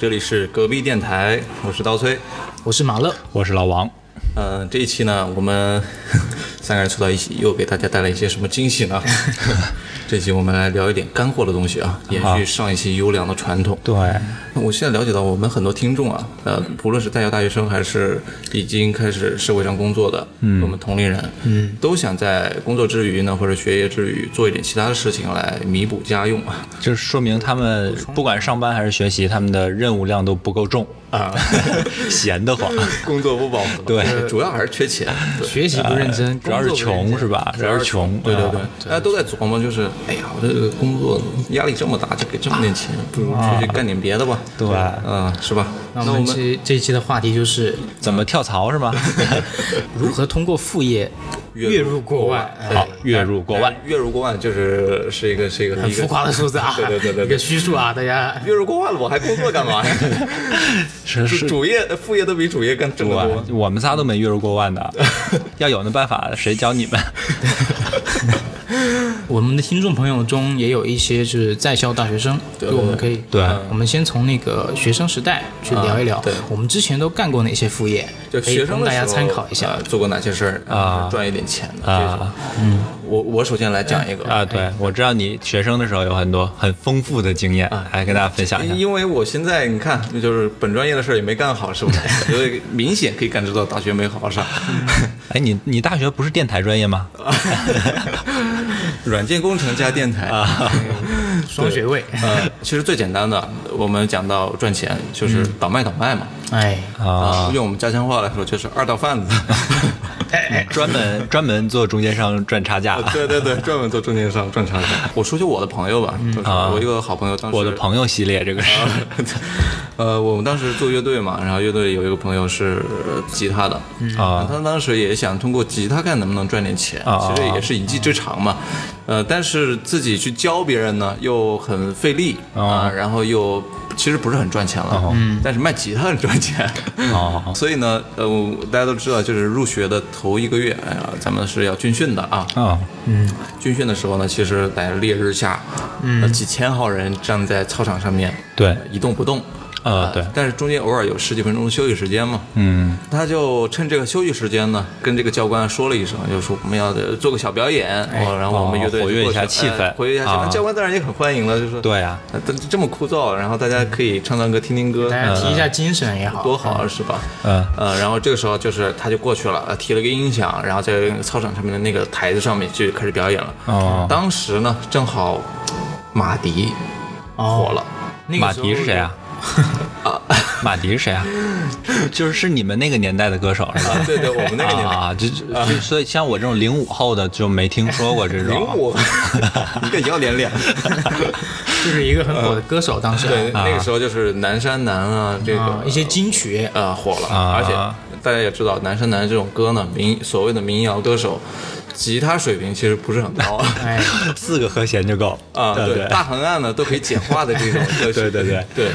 这里是隔壁电台，我是刀崔。我是马乐，我是老王，呃，这一期呢，我们 三个人凑到一起，又给大家带来一些什么惊喜 呢？这期我们来聊一点干货的东西啊，延续上一期优良的传统。对，我现在了解到，我们很多听众啊，呃，不论是在校大学生，还是已经开始社会上工作的，嗯，我们同龄人，嗯，都想在工作之余呢，或者学业之余，做一点其他的事情来弥补家用啊。就是说明他们不管上班还是学习，他们的任务量都不够重啊， 闲得慌。工作不饱和，对主要还是缺钱，对学习不认真，哎主要是工作不认真穷是？吧？主要是穷，对对对啊，大家都在琢磨，就是哎呀，我这个工作压力这么大，就给这么点钱，不如出去干点别的吧？对嗯，是吧？啊那我们这这一期的话题就是怎么跳槽是吗？如何通过副业月月入入国国外外。好哎，月入国外，月入过万就是是一个是一个很浮夸的数字啊， 对对对对一对个。虚数啊，大家月入过万了，我还工作干嘛 呀？是主是。主业副业都比主业干挣得哇多。我们仨都没月入过万的，要有那办法，谁教你们？我们的听众朋友中也有一些是在校大学生，对就我们可以，呃对我们先从那个学生时代去聊一聊啊对，我们之前都干过哪些副业，就可以学生供的大家时候参考一下呃。做过哪些事儿啊赚一点钱的这种啊。嗯我我首先来讲一个啊！对，我知道你学生的时候有很多很丰富的经验，来跟大家分享一下。哎因为我现在你看，就是本专业的事儿也没干好， 是吧？所以明显可以感知到大学没好好上。哎，你你大学不是电台专业吗？软件工程加电台啊，双学位，呃，其实最简单的，我们讲到赚钱就是倒卖倒卖嘛。哎，啊，用我们家乡话来说，就是二道贩 子。专门专门做中间商赚差价。对对对，专门做中间商赚差价。我说起我的朋友吧，就是我一个好朋友，当时嗯啊我的朋友系列这个是， 呃，我们当时做乐队嘛，然后乐队有一个朋友是呃吉他的，啊他当时也想通过吉他看能不能赚点钱，啊其实也是一技之长嘛，呃，但是自己去教别人呢又很费力啊、啊然后又其实不是很赚钱了，但是卖吉他很赚钱，哦 所以呢，呃，我大家都知道，就是入学的头一个月，哎呀，咱们是要军训的啊，啊军训的时候呢，其实在烈日下，嗯、几千号人站在操场上面，对一动不动。呃啊对但是中间偶尔有十几分钟的休息时间嘛，嗯他就趁这个休息时间呢，跟这个教官说了一声，就说我们要做个小表演，哦然后我们乐队哦活跃就过一下去了气氛哎活跃一下气啊氛。教官当然也很欢迎了，就说对啊，呃，这这么枯燥，然后大家可以唱唱歌、听听歌，嗯大家提一呃下精神也好，多好啊，是吧？嗯呃，然后这个时候就是他就过去了，呃，提了个音响，然后在操场上面的那个台子上面就开始表演了。哦当时呢，正好马迪火哦。 了，那个马时迪候是谁 啊？马迪是谁啊？ 就是是你们那个年代的歌手是 吧？对对，我们那个年代。啊，就就所以像我这种零五后的就没听说过这 零种。五，你个要脸 啊脸。就是一个很火的歌手，当时呃对，那个时候就是南山南啊，这啊个，一些金曲呃火了，啊而且大家也知道，南山南这种歌呢，民所谓的民谣歌手，吉他水平其实不是很高。 哎，四个和弦就够啊，对对，大横按呢都可以简化的这种歌曲， 对对对对，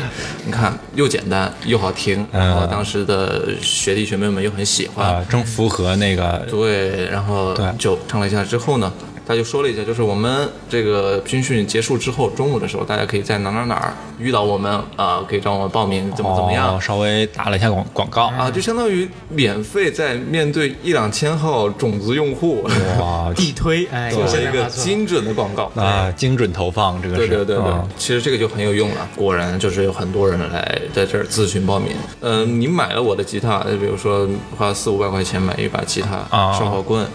你看又简单又好听，嗯然后当时的学弟学妹们又很喜欢，啊，正符合那个对，然后对就唱了一下之后呢，他就说了一下，就是我们这个军训结束之后，中午的时候，大家可以在哪哪哪儿遇到我们啊、可以找我们报名，怎么怎么样。哦稍微打了一下广广告。啊，就相当于免费在面对一两千号种子用户， 哇地推，哎，做用了现一代个化做精准的广告啊，精准投放这个对是。对对对嗯，其实这个就很有用了。果然就是有很多人来在这儿咨询报名。嗯、你买了我的吉他，比如说花四五百块钱买一把吉他、啊烧火棍，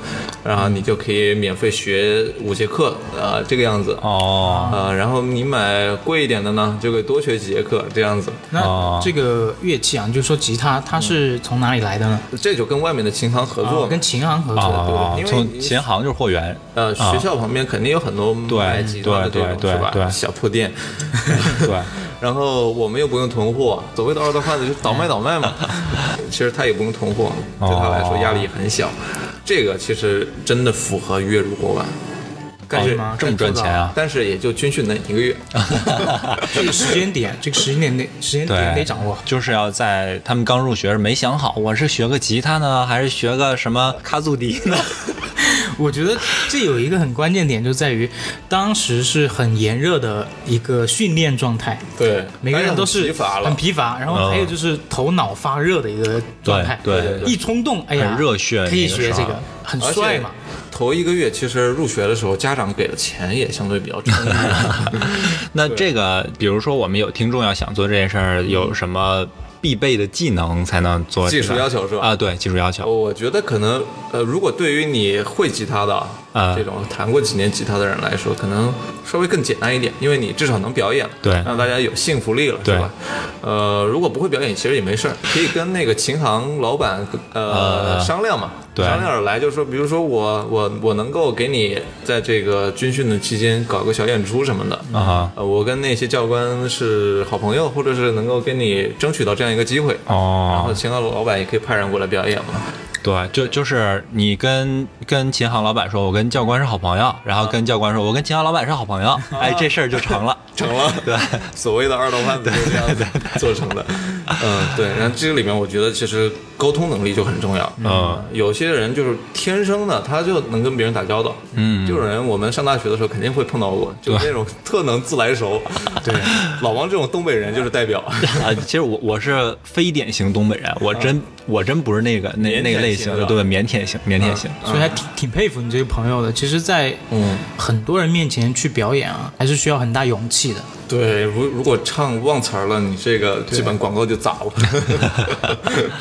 然后你就可以免费学五节课，呃，这个样子。哦，呃，然后你买贵一点的呢，就可以多学几节课，这样子。那哦这个乐器啊，你就说吉他，它是从哪里来的呢？这就跟外面的琴行合啊作哦嘛。跟琴行合作，哦对对对因为从琴行就是货源。呃，啊学校旁边肯定有很多卖吉他的这对种，对是吧？对对小破店。 对。 然后我们又不用囤货，所谓的二道贩子就是倒卖倒卖 嘛。其实他也不用囤货，对他来说压力很小。哦这个其实真的符合月入过万，但是、吗这么赚钱啊！但是也就军训那一 个月。这个时间点，这个时间点得时间点得掌握。就是要在他们 刚入学时没想好，我是学个吉他呢，还是学个什么卡祖笛呢？我觉得这有一个很关键点，就在于当时是很炎热的一个训练状态，对，每个人都是疲乏了很，疲乏，然后还有就是头脑发热的一个状态，对对对一冲动，哎呀，很热血可以那个学时候这个，很而且帅嘛，头一个月其实入学的时候，家长给的钱也相对比较充裕。啊那这个，比如说我们有听众要想做这件事儿，有什么必备的技能才能做这技个？术要求是吧啊，对，技术要求。我觉得可能，呃，如果对于你会吉他的啊这种弹过几年吉他的人来说，可能稍微更简单一点，因为你至少能表演了，对让大家有信服力了，对是吧？呃，如果不会表演，其实也没事儿，可以跟那个琴行老板呃呃商量嘛，对商量着来，就是说，比如说我我我能够给你在这个军训的期间搞个小演出什么的啊哈呃我跟那些教官是好朋友，或者是能够跟你争取到这样一个机会。然后哦，琴行老板也可以派人过来表演嘛，对，就就是你跟跟琴行老板说，我跟教官是好朋友，然后跟教官说，我跟琴行老板是好朋友，哎，这事儿就成 了。成了， 对，所谓的二道贩子就是这样子 做成的，嗯，对。然后这个里面，我觉得其实沟通能力就很重要。嗯，有些人就是天生的，他就能跟别人打交道。嗯，这种人我们上大学的时候肯定会碰到过，就是那种特能自来熟。 对，老王这种东北人就是代表。 啊，其实我我是非典型东北人，我真我真不是那个那腼腆那个类型啊型是吧的，对，腼腆型，腼腆型。所以还挺挺佩服你这个朋友的。其实，在嗯很多人面前去表演啊，还是需要很大勇气的。对，如如果唱忘词儿了，你这个基本广告就砸了。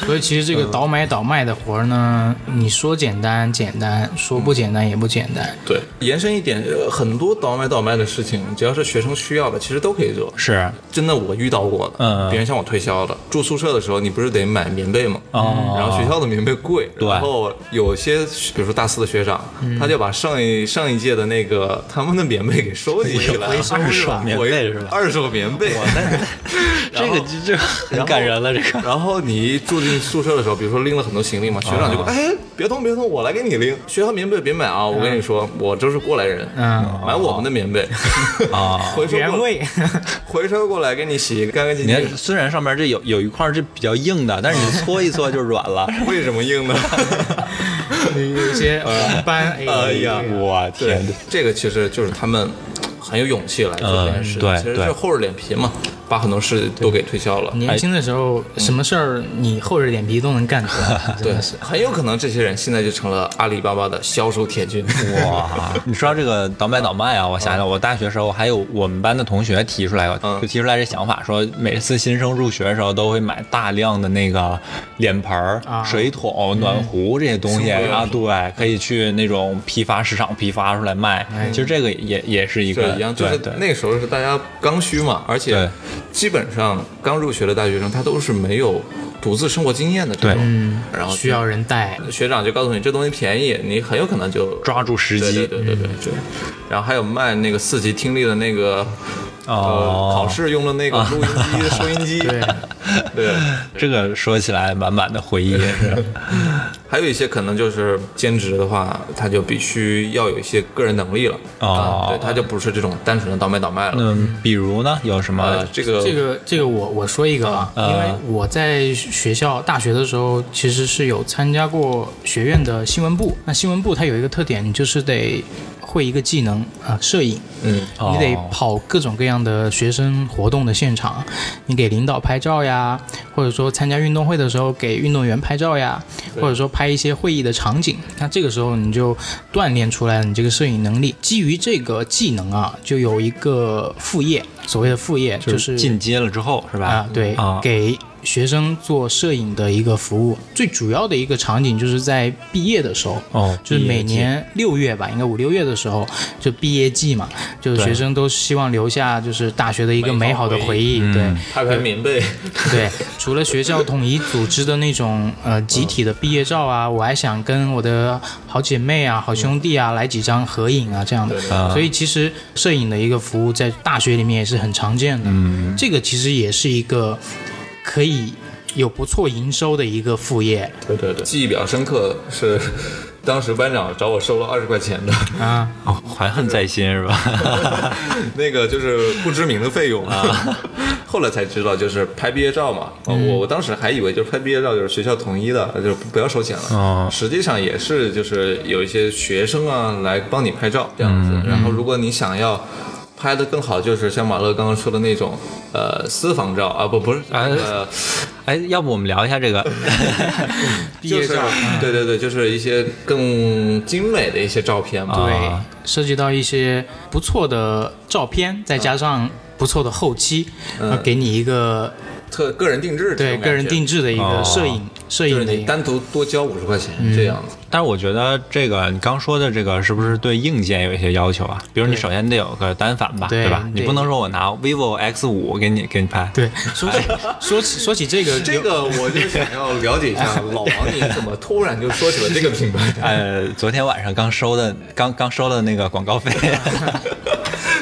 所以其实这嗯个倒买倒卖的活儿呢，你说简单简单，说不简单也不简单。 对，延伸一点，呃很多倒卖倒卖的事情，只要是学生需要的，其实都可以做。是真的我遇到过的，嗯别人向我推销的。住宿舍的时候，你不是得买棉被吗？哦然后学校的棉被贵，对然后有些比如说大四的学长，他就把上一上一届的那个他们的棉被给收集起来了，回收回是吧棉被是吧二手棉被。 这个这 这很感人了，这个然后你住进宿舍的时候，比如说拎了很多行李嘛，学长就说：“哎，别动别动，我来给你拎。学校棉被别买啊，我跟你说，我这是过来人，嗯买我们的棉被，啊。 回收过原味，回收过来给你洗干干净你净。”看，虽然上面这有有一块这比较硬的，但是你搓一搓就软 了。为什么硬呢？有一些黄斑，哎哎呀我对天，，这个其实就是他们很有勇气来做这件事，嗯对其实对是厚着脸皮嘛，把很多事都给推销了。年轻的时候，什么事儿你厚着脸皮都能干出来，真嗯 对的是，。很有可能这些人现在就成了阿里巴巴的销售铁军。 哇！你说到这个倒卖倒卖啊，我想想，我大学时候还有我们班的同学提出来过，嗯就提出来这想法，说每次新生入学的时候都会买大量的那个脸盆儿、啊水桶、嗯暖壶这些东西生活用啊，对，可以去那种批发市场批发出来卖。其实这个也也是一 哎对个，一样，就对是对那个时候是大家刚需嘛，而且对基本上刚入学的大学生他都是没有独自生活经验的这对种，然后需要人带，学长就告诉你这东西便宜，你很有可能就抓住时对机对对对对嗯对。然后还有卖那个四级听力的那个哦呃，考试用的那个录音机、收音机，对对，这个说起来满满的回忆也是。还有一些可能就是兼职的话，他就必须要有一些个人能力了哦啊，对，他就不是这种单纯的倒卖倒卖了。嗯，啊比如呢，有什么呃，这个这个这个我我说一个啊，哦啊因为我在学校大学的时候，其实是有参加过学院的新闻部。那新闻部它有一个特点，你就是得会一个技能啊，摄影。嗯，哦你得跑各种各样的学生活动的现场，你给领导拍照呀，或者说参加运动会的时候给运动员拍照呀，对或者说拍一些会议的场景。那这个时候你就锻炼出来了你这个摄影能力。基于这个技能啊，就有一个副业，所谓的副业就就是是进阶了之后是吧？啊，对，啊，给学生做摄影的一个服务。最主要的一个场景就是在毕业的时候，哦就是每毕业年六月吧，应该五六月的时候，就毕业季嘛，就是对学生都希望留下就是大学的一个美美好好的回回忆，对。嗯拍拍棉被， 对，除了学校统一组织的那种呃集体的毕业照啊，我还想跟我的好姐妹啊、好兄弟啊来几张合影啊这样的对。啊所以其实摄影的一个服务在大学里面也是很常见的。嗯，这个其实也是一个可以有不错营收的一个副业对对对， 记忆比较深刻是当时班长找我收了二十块钱的啊。哦，怀恨在心是吧？ 那个就是不知名的费用啊，后来才知道就是拍毕业照嘛，嗯呃我我当时还以为就是拍毕业照就是学校统一的，就是不要收钱了。哦实际上也是就是有一些学生啊来帮你拍照这样子，嗯然后如果你想要。拍的更好，就是像马乐刚刚说的那种，呃，私房照啊，不不是，啊呃，哎，要不我们聊一下这个？ 毕就业是照，嗯对对对，就是一些更精美的一些照片嘛。对啊，涉及到一些不错的照片，再加上不错的后期，呃，给你一个特个人定制这对种感觉，个人定制的一哦个摄影摄就影是的你一个。单独多交五十块钱这样子。但是我觉得这个你刚说的这个是不是对硬件有一些要求啊？比如你对首先得有个单反吧，对吧？对你不能说我拿 vivo X 五给你给你拍，对，说起说起说起这个， 这个我就想要了解一下，老王你怎么突然就说起了这个品牌？呃，昨天晚上刚收的，刚刚收的那个广告费，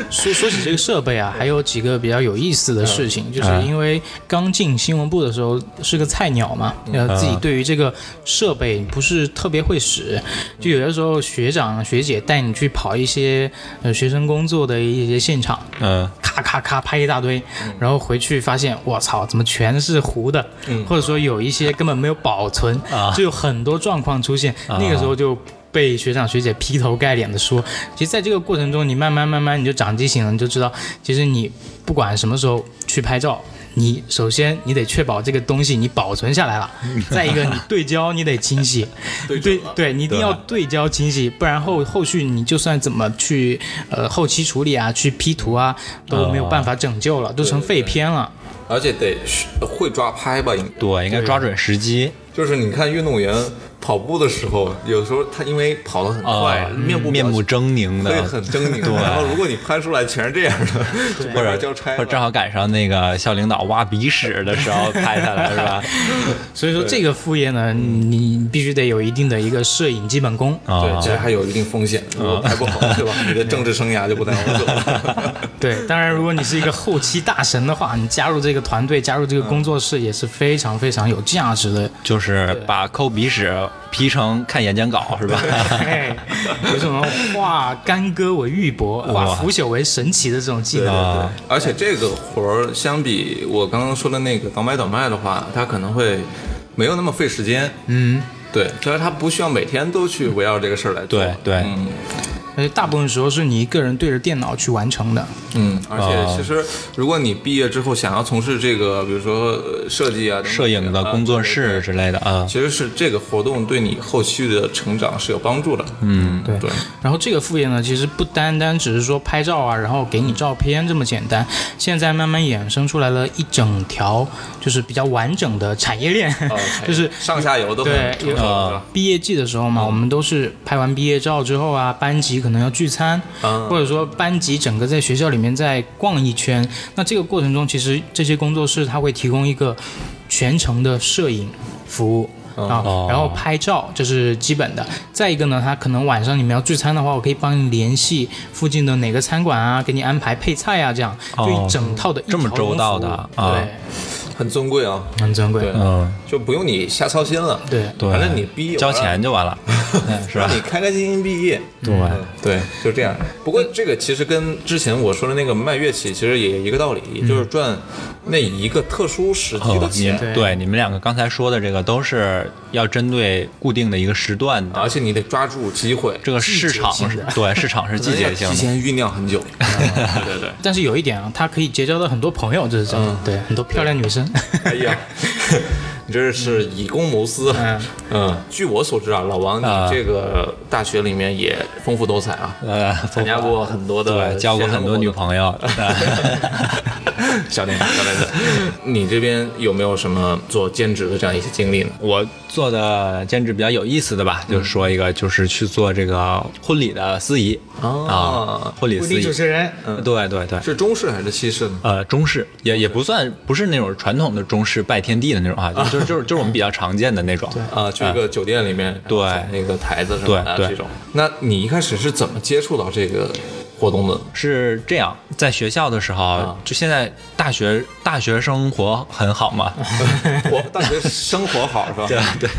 说说起这个设备啊，还有几个比较有意思的事情，就是因为刚进新闻部的时候是个菜鸟嘛，呃，自己对于这个设备不是特别会使，就有的时候学长学姐带你去跑一些呃学生工作的一些现场，嗯，咔咔咔拍一大堆，然后回去发现，我操，怎么全是糊的？或者说有一些根本没有保存，啊就有很多状况出现。那个时候就被学长学姐劈头盖脸的说。其实，在这个过程中，你慢慢慢慢你就长记性了，你就知道，其实你不管什么时候去拍照。你首先你得确保这个东西你保存下来了，再一个你对焦你得清晰，对对准了对，你一定要对对焦清晰，不然后后续你就算怎么去呃后期处理啊，去 P 图啊，都没有办法拯救了，都成废片了。而且得学会抓拍吧，应对，应该抓准时机，就是你看运动员跑步的时候，有时候他因为跑得很快，啊，面部面表目情狰狞会的，啊很狰狞。然后如果你拍出来全是这样的，就或没法者交差啊或者正了。好赶上那个校领导挖鼻屎的时候拍下来，是吧？所以说这个副业呢，你必须得有一定的一个摄影基本功。啊、 对，其实还有一定风险，如果拍不好，对吧？你的政治生涯就不太好走了。对，当然如果你是一个后期大神的话，你加入这个团队，加入这个工作室也是非常非常有价值的。就是把抠鼻屎 P 成看演讲稿，是吧？嘿， 有种化干戈为玉帛，化腐朽为神奇的这种技能。啊，而且这个活儿相比我刚刚说的那个倒买倒卖的话，它可能会没有那么费时间。嗯，对，所以它不需要每天都去围绕这个事儿来做。 对对，嗯而且大部分时候是你一个人对着电脑去完成的。嗯，而啊且其实如果你毕业之后想要从事这个，比如说呃设计啊、等等摄影的工作室之类的啊啊，，其实是这个活动对你后续的成长是有帮助的。嗯，对对， 然后这个副业呢，其实不单单只是说拍照啊，然后给你照片这么简单，现在慢慢衍生出来了一整条就是比较完整的产业链， 就是上下游都很对成熟有是啊吧毕业季的时候嘛，我们都是拍完毕业照之后啊，班级可能要聚餐，嗯或者说班级整个在学校里面再逛一圈。那这个过程中，其实这些工作室它会提供一个全程的摄影服务。啊哦，然后拍照这是基本的。再一个呢，他可能晚上你们要聚餐的话，我可以帮你联系附近的哪个餐馆啊，给你安排配菜啊，这样就哦一整套的一这么条龙周到的服务啊很尊贵啊。对，很珍贵对。嗯，就不用你瞎操心了。对对，反正你毕业交钱就 完了，是吧让？你开开心心毕业。对嗯对，就这样。不过这个其实跟之前我说的那个卖乐器其实也一个道理，也就是赚那一个特殊时期的嗯哦，你钱，对对你们两个刚才说的这个都是要针对固定的一个时段的，而且你得抓住机会，这个市场季节是性的对市场是季节哦性提的，前酝酿很久。 对对对，但是有一点啊，他可以结交到很多朋友，这是真的。嗯对，很多漂亮女生。哎呀。 你这是以公谋私，嗯嗯，据我所知啊，老王，啊你这个大学里面也丰富多彩啊， 呃，参加过很多的，对，交过很多女 朋友，小点声，小点声。 你这边有没有什么做兼职的这样一些经历呢？ 我做的兼职比较有意思的吧，就是说一个，就是去做这个婚礼的司仪嗯哦啊，婚礼司仪，嗯人，对对对。嗯是中式还是西式呢？呃，中式也也不算，不是那种传统的中式拜天地的那种 啊，就是就是就是我们比较常见的那种。啊，去一个酒店里面，对找那个台子什对么的对这种。那你一开始是怎么接触到这个活动的？是这样，在学校的时候，啊就现在大学大学生活很 好嘛，活大学生活好是吧？对 对，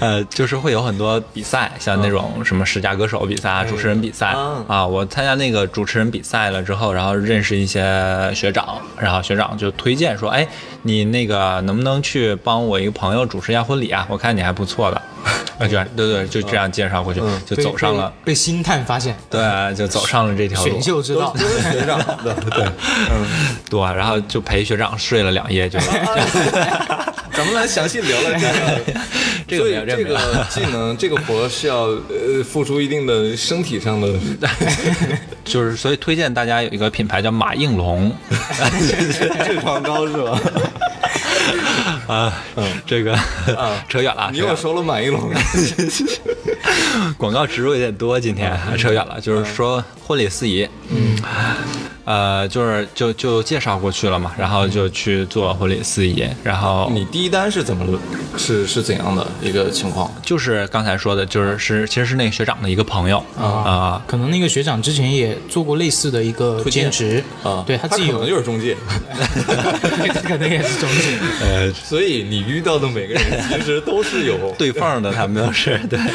呃，就是会有很多比赛，像那种什么十佳歌手比赛啊、主持人比赛啊啊。我参加那个主持人比赛了之后，然后认识一些学长，然后学长就推荐说：“哎，你那个能不能去帮我一个朋友主持一下婚礼啊？我看你还不错的。” 啊，就对对，就这样介绍过去，就走上了，被星探发现，对，就走上了这条路 选。秀之都道都。是学长的，对，对，然后就陪学长睡了两夜，就咱们来详细聊聊这个。 这所个没以 哎有这这个没有个技能，这个活是要呃付出一定的身体上的，就是所以推荐大家有一个品牌叫马应龙，这床高是吧？啊， 这个扯远了，嗯啊你扯又远了说了马一龙， 广告植入有点多，今天啊嗯扯远了，就是说婚礼司仪，嗯，呃，就是就就介绍过去了嘛，然后就去做婚礼司仪，然后你第一单是怎么是是怎样的一个情况？就是刚才说的，就是是其实是那个学长的一个朋友啊，可能那个学长之前也做过类似的一个荐兼职啊，对他自己可有能，就是中介， 可能也是中介。呃，所以你遇到的每个人其实都是有 对缝的他们都是对啊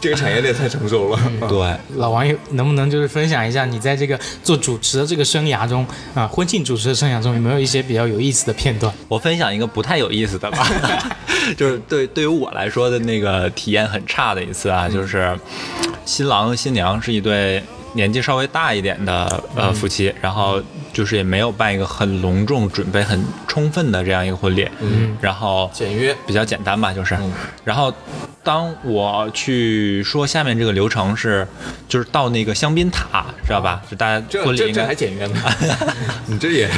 这个产业链太成熟了。对。 老王有能不能就是分享一下你在这个做主持的这个生涯中啊，婚庆主持的生涯中有没有一些比较有意思的片段？我分享一个不太有意思的吧， 就是对对于我来说的那个体验很差的一次嗯啊，就是新郎和新娘是一对年纪稍微大一点的嗯呃夫妻，然后就是也没有办一个很隆重、准备很充分的这样一个婚礼，嗯，然后简约嗯比较简单吧，就是。然后当我去说下面这个流程是，就是到那个香槟塔，知道吧？就大家哦这婚礼这应这该还简约呢？ 你这 也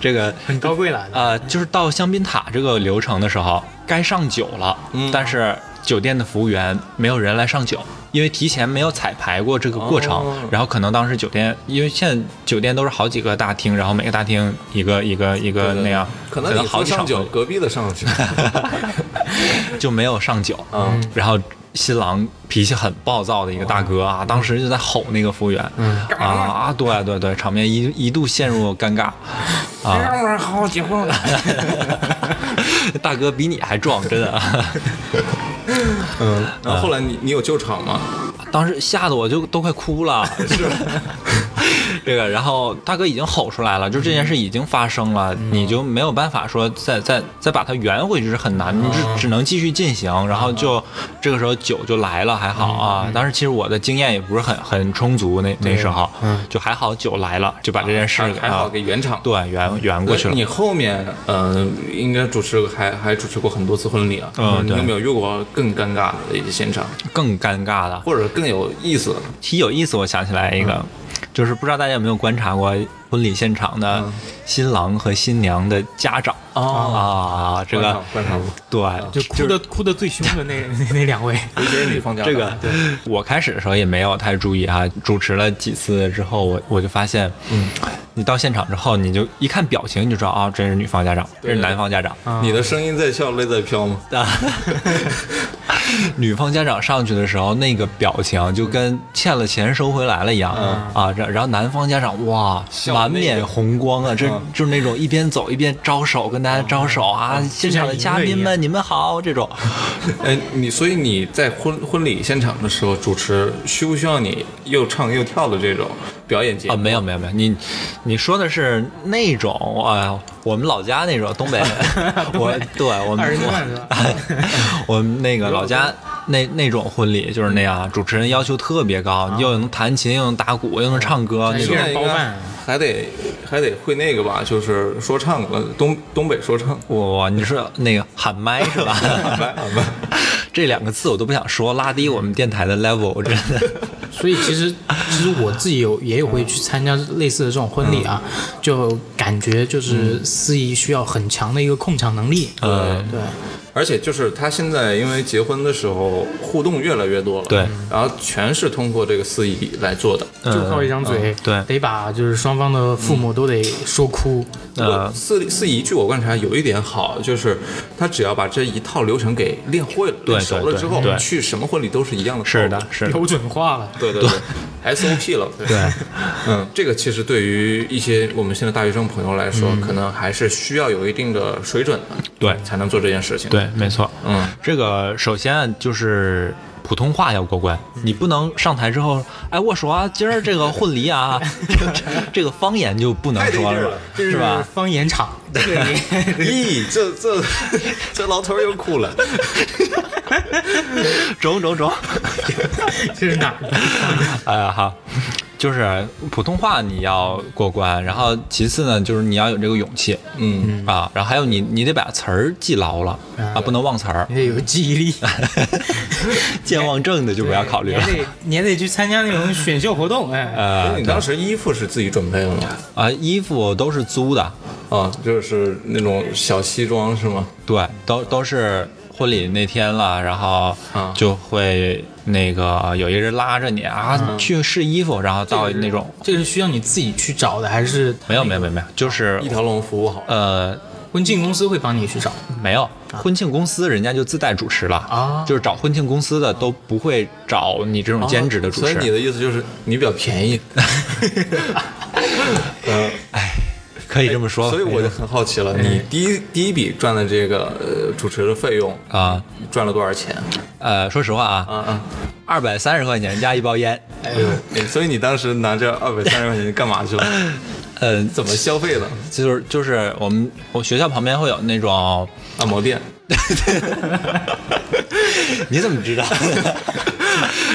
这个很高贵了，呃，就是到香槟塔这个流程的时候，该上酒了，嗯但是酒店的服务员没有人来上酒，因为提前没有彩排过这个过程。哦然后可能当时酒店，因为现在酒店都是好几个大厅，然后每个大厅一个一个一个那样，可能你好说几场上酒，会隔壁的上 酒，就没有上酒。嗯，然后新郎脾气很暴躁的一个大哥啊，当时就在吼那个服务员，嗯、啊啊，对对对，场面一一度陷入尴尬啊。让我好好结婚了。 大哥比你还壮，真的。然后后来你你有救场吗？ 当时吓得我就都快哭了，是吧？ 这个，然后大哥已经吼出来了，就这件事已经发生了，你就没有办法说再再再把它圆回去是很难，你只只能继续进行，然后就这个时候酒就来了，还好啊。当时其实我的经验也不是很很充足，那那时候，就还好酒来了，就把这件事还还好嗯啊给圆场。对圆圆过去了。你后面呃，应该主持还还主持过很多次婚礼啊。嗯你对有没有遇过更尴尬的一些现场，更尴尬的，或者更有意思的？挺有意思，我想起来一个，就是不知道大家有没有观察过婚礼现场的新郎和新娘的家长、啊，这个哦观察过，对，就哭的哭的最凶的那那那两位，尤其是你放假这个，我开始的时候也没有太注意哈、主持了几次之后，我我就发现，嗯，你到现场之后，你就一看表情，你就知道啊，这是女方家长，这是男方家长。你的声音在笑，泪在飘吗？啊，女方家长上去的时候，那个表情啊就跟欠了钱收回来了一样、啊。然然后男方家长哇，笑满那面个红光啊，这嗯就是那种一边走一边招手，跟大家招手啊，现场的嘉宾就像赢了一们，你们好，这种。哎，你所以你在婚婚礼现场的时候主持，需不需要你又唱又跳的这种表演节目？啊，没有没有没有，你你说的是那种啊、我们老家那种东北，我对我们二人转是吧？ 我们那个老家那那种婚礼就是那样，主持人要求特别高，又能弹琴，又能打鼓，又能唱歌，那一种个现在应人包该啊办还得还得会那个吧，就是说唱了，东东北说唱。哇，你是那个喊麦是吧？喊麦喊麦， 这两个字我都不想说，拉低我们电台的 level，真的。所以其实其实我自己有也有会去参加类似的这种婚礼啊，嗯就感觉就是司仪需要很强的一个控场能力。嗯对，而且就是他现在因为结婚的时候互动越来越多了，对，嗯然后全是通过这个司仪来做的。就靠一张嘴，对得把就是双方的父母都得说哭。不啊过司司仪据我观察有一点好，就是他只要把这一套流程给练会了、对练熟了之后对，对去什么婚礼都是一样的。是的，，是的。标准化了，对对对。 SOP 了。对，嗯，这个其实对于一些我们现在大学生朋友来说，可能还是需要有一定的水准的，对才能做这件事情。，对，没错，嗯，这个首先就是普通话要过关，嗯你不能上台之后，哎，我说啊，今儿这个混离 啊，这这这个方言就不能说太得劲了了， 是吧？方 言场，这个也咦，这这这老头儿又哭了。 中中中， 这是哪儿的？哎呀哈，就是普通话你要过关，然后其次呢，就是你要有这个勇气。嗯，啊，然后还有你，你得把词儿记牢了啊，不能忘词儿 你，得有记忆力，健忘症的就不要考虑了哎你。还得你还得去参加那种选秀活动，哎，呃你当时衣服是自己准备的吗？啊，衣服都是租的，啊，就是那种小西装是吗？对，都都是婚礼那天了，然后啊就会那个有一人拉着你啊去试衣服，然后到那种这个是需要你自己去找的，还是没有没有没有没有，就是一条龙服务好。呃婚庆公司会帮你去找？没有啊婚庆公司人家就自带主持了啊就是找婚庆公司的都不会找你这种兼职的主啊所以你持，的意思就是你比较便 宜，可以这么说吧，哎所以我就可这么很好奇了，你第一第一笔赚的这个呃主持的费用说啊赚了多少钱？呃说实话啊，啊二百三十块钱加一包烟，哎呦，啊！所以你当时拿这二百三十块钱干嘛去了？呃， 怎么消费的？就是就是我们我学校旁边会有那种，按摩店？ 你怎 么知道？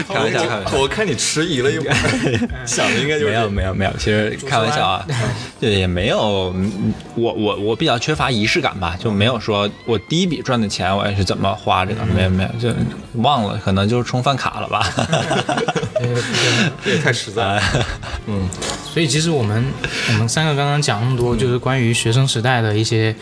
开玩笑，开玩笑。我我看你迟疑了一会 儿，想的应该就是没这有个没有没有，其实开玩笑啊， 对，也没有，嗯我我我比较缺乏仪式感吧，就没有说我第一笔赚的钱我也是怎么花这嗯个，没有没有，就忘了，可能就是充饭卡了吧。 这也太 实在哎了。所以其实我们我们三个刚刚讲那么嗯多，就是关于学生时代的一些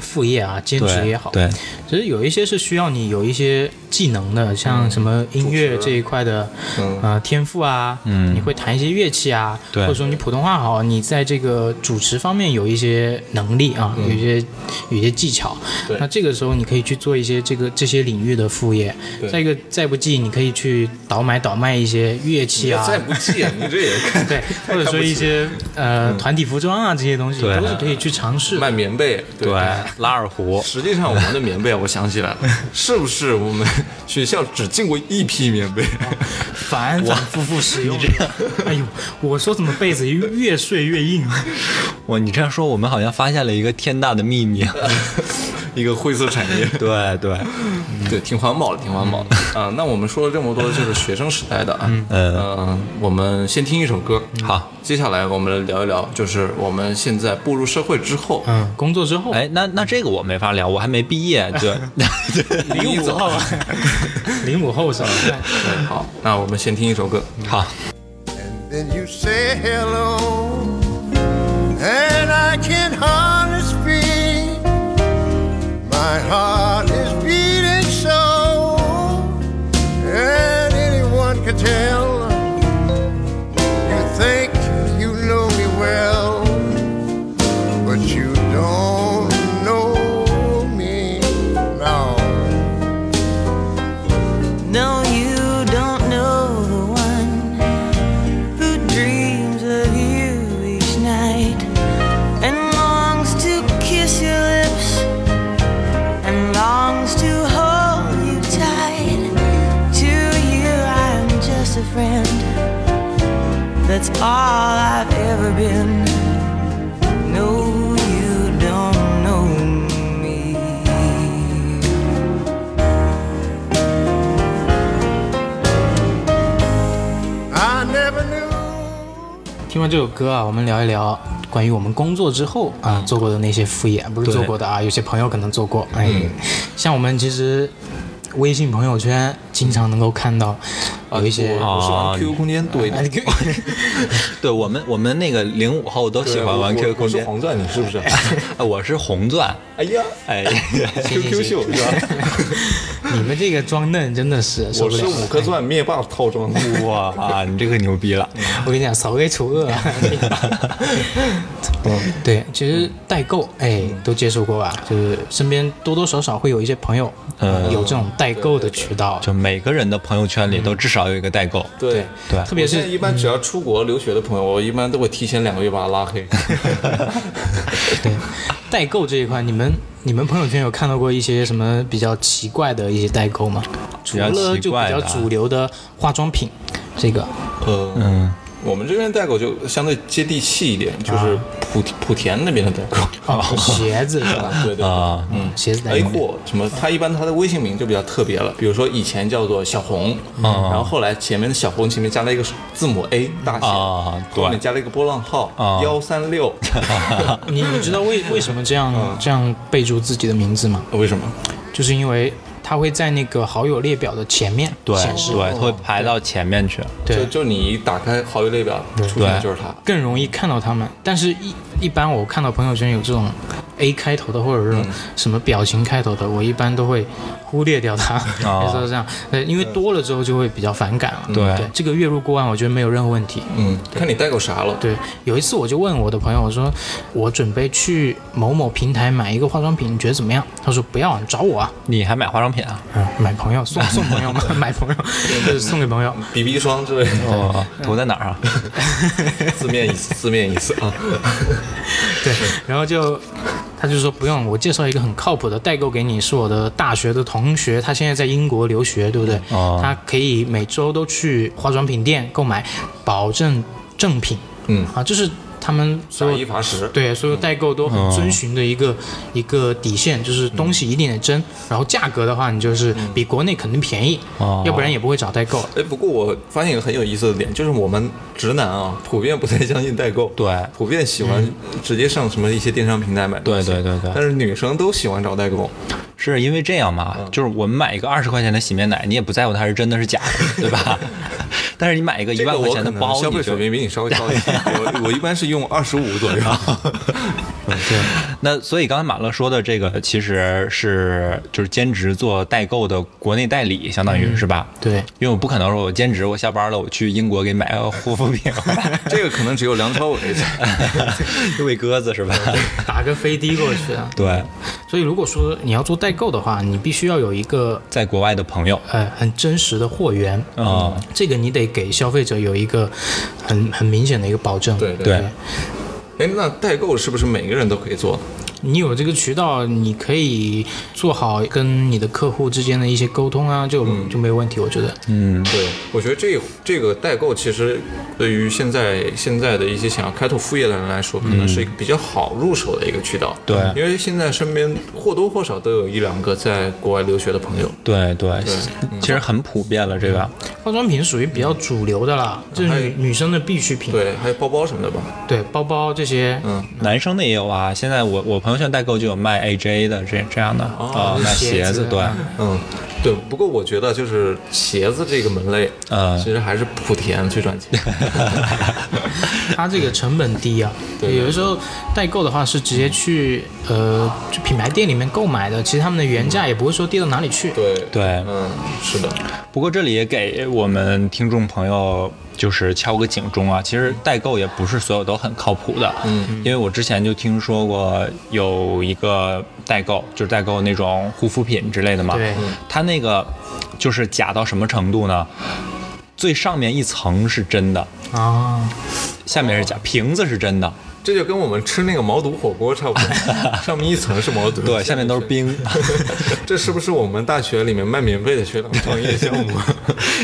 副业啊、兼职也好，对，其实有一些是需要你有一些技能的，嗯像什么音乐这一块的，嗯呃，天赋啊，嗯你会弹一些乐器啊，对或者说你普通话好，你在这个主持方面有一些能力啊，有一些有一些技巧嗯对，那这个时候你可以去做一些这个这些领域的副业对。再一个，再不济你可以去倒买倒卖一些乐器你啊，再不济，你这也看 嗯对，或者说一些呃团体服装啊这些东西对都是可以去尝试的。卖棉被，对，拉二胡，实际上，我们的棉被，我想起 来了，是不是我们学校只进过一批棉被？哦反反复复使用。 哎呦，我说怎么被子越睡越硬？啊我你这样说，我们好像发现了一个天大的 秘密。 一个灰色产业，对对，嗯对，挺环保的，挺环保的。啊、那我们说了这么多，就是学生时代的啊。嗯、我们先听一首歌。好，接下来我们来聊一聊，就是我们现在步入社会之后，嗯，工作之后，哎，那那这个我没法聊，我还没毕业， 就零 五后，零五 后是吧？对，好，那我们先听一首歌。好， Then you say hello, and I can hardly speak. My heart is beating so, and anyone can tell. You think you know me well, but you don't know me now. No, you don't know the one who dreams of you each night and longs to kiss your lips and longs to hold you tight. To you, I'm just a friend. That's all I've ever been. No, you don't know me. I never knew. 听完这首歌啊，我们聊一聊关于我们工作之后嗯啊做过的那些副业，不是对做过的啊，有些朋友可能做过。哎，嗯像我们其实微信朋友圈经常能够看到有一些。啊哦 我我是玩 QQ 空间多一哎点。你 对我们我们那个零五后都喜欢玩对我 QQ 空我是 间，黄钻，你是不是？哎我是红钻， 哎呀哎。 ，QQ 秀是吧？你们这个装嫩真的是受我不是了。哎五颗钻灭霸套装的，哇啊，你这个牛逼了！嗯 我跟你讲，扫黑除 恶啊。对，其实代购，哎，都接触过吧？就是身边多多少少会有一些朋友，嗯有这种代购的渠道。就每个人的朋友圈里都至少有一个代购。对。对特别我现在是一般只要出国留学的朋友，我一般都会提前两个月把他拉黑。对代购这一块，你们你们朋友圈有看到过一些什么比较奇怪的一些代购吗？除较了奇就比怪的较啊主流的化妆品，这个呃，嗯，我们这边代购就相对接地气一点，就是啊莆莆田那边的代购。 哦，鞋子是吧？对对啊，嗯，鞋子代，A 购。货什么，它一般它的微信名就比较特别了，比如说以前叫做小红，嗯然后后来前面的小红前面加了一个字母 A 大写，啊对后面加了一个波浪号啊幺三六， 你你知道为为什么这样嗯这样备注自己的名字吗？为什么？就是因为它会在那个好友列表的前面对显示，对，会排到前面去。就对，就你一打开好友列表出现的就是它。更容易看到他们。但是一，一般我看到朋友圈有这种 A 开头的，或者嗯是什么表情开头的，我一般都会忽略掉它。 哦就是这样，呃，因为多了之后就会比较反感了。对对，这个月入过万，我觉得没有任何问题。嗯，看你代购啥了。对，有一次我就问我的朋友，我说我准备去某某平台买一个化妆品，你觉得怎么样？他说不要，你找我啊。你还买化妆品啊？嗯，买朋友送送朋友嘛， 买朋友就是送 给朋友。 BB 霜之类的， 哦，涂在哪儿啊？字面意思，字面意思啊。对，然后就他就说不用，我介绍一个很靠谱的代购给你，是我的大学的同学，他现在在英国留学，对不对？哦他可以每周都去化妆品店购买，保证正品。嗯啊，就是他们打所一有。罚十。对，所有代购都很遵循的一个、一个底线，就是东西一定得真，然后价格的话，你就是比国内肯定便宜，哦要不然也不会找代购。哎，不过我发现一个很有意思的点，就是我们直男啊，普遍不太相信代购，对普遍喜欢直接上什么一些电商平台买东西。对对对对但是女生都喜欢找代购，是因为这样嘛？嗯就是我们买一个二十块钱的洗面奶，你也不在乎它是真的是假的，对吧？但是你买一个一这个万块我钱可的能包，消费你就水平比你稍微高一点。我我一般是用二十五左右。那所以刚才马乐说的这个，其实是就是兼职做代购的国内代理，相当于、是吧？对，因为我不可能说我兼职，我下班了我去英国给买个护肤品， 这个可能只有梁朝伟才又喂鸽子是吧？打个飞的过去啊。 对， 所以如果说你要做代购的话，你必须要有一个在国外的朋友呃很真实的货源啊这个你得给消费者有一个很很明显的一个保证。对对哎，那代购是不是每个人都可以做？你有这个渠道，你可以做好跟你的客户之间的一些沟通啊，就、嗯就没有问题，我觉得。对，我觉得这这个代购其实对于现在现在的一些想要开拓副业的人来说，可能是一个比较好入手的一个渠道。嗯对因为现在身边或多或少都有一两个在国外留学的朋友。对对，其实很普遍了这个。化妆品属于比较主流的啦，这嗯还是有女女生的必需品。对，还有包包什么的吧，对包包这些，嗯男生的也有啊，现在我我朋友圈代购就有卖 AJ 的这这样的啊、卖鞋鞋子子对，啊嗯，对。不过我觉得就是鞋子这个门类，嗯其实还是莆田最赚 钱。它这个成本低啊。对有的时候代购的话是直接去呃就品牌店里面购买的，其实他们的原价也不会说低到哪里去。对对嗯，是的，不过这里也给我们听众朋友就是敲个警钟啊，其实代购也不是所有都很靠谱的，嗯，因为我之前就听说过有一个代购，就是代购那种护肤品之类的嘛，对，他那个就是假到什么程度呢？最上面一层是真的，啊，下面是假，瓶子是真的，这就跟我们吃那个毛肚火锅差不 多，上面一层是毛肚，对，下 面都是冰。这是不是我们大学里面卖棉被的学长创业项目？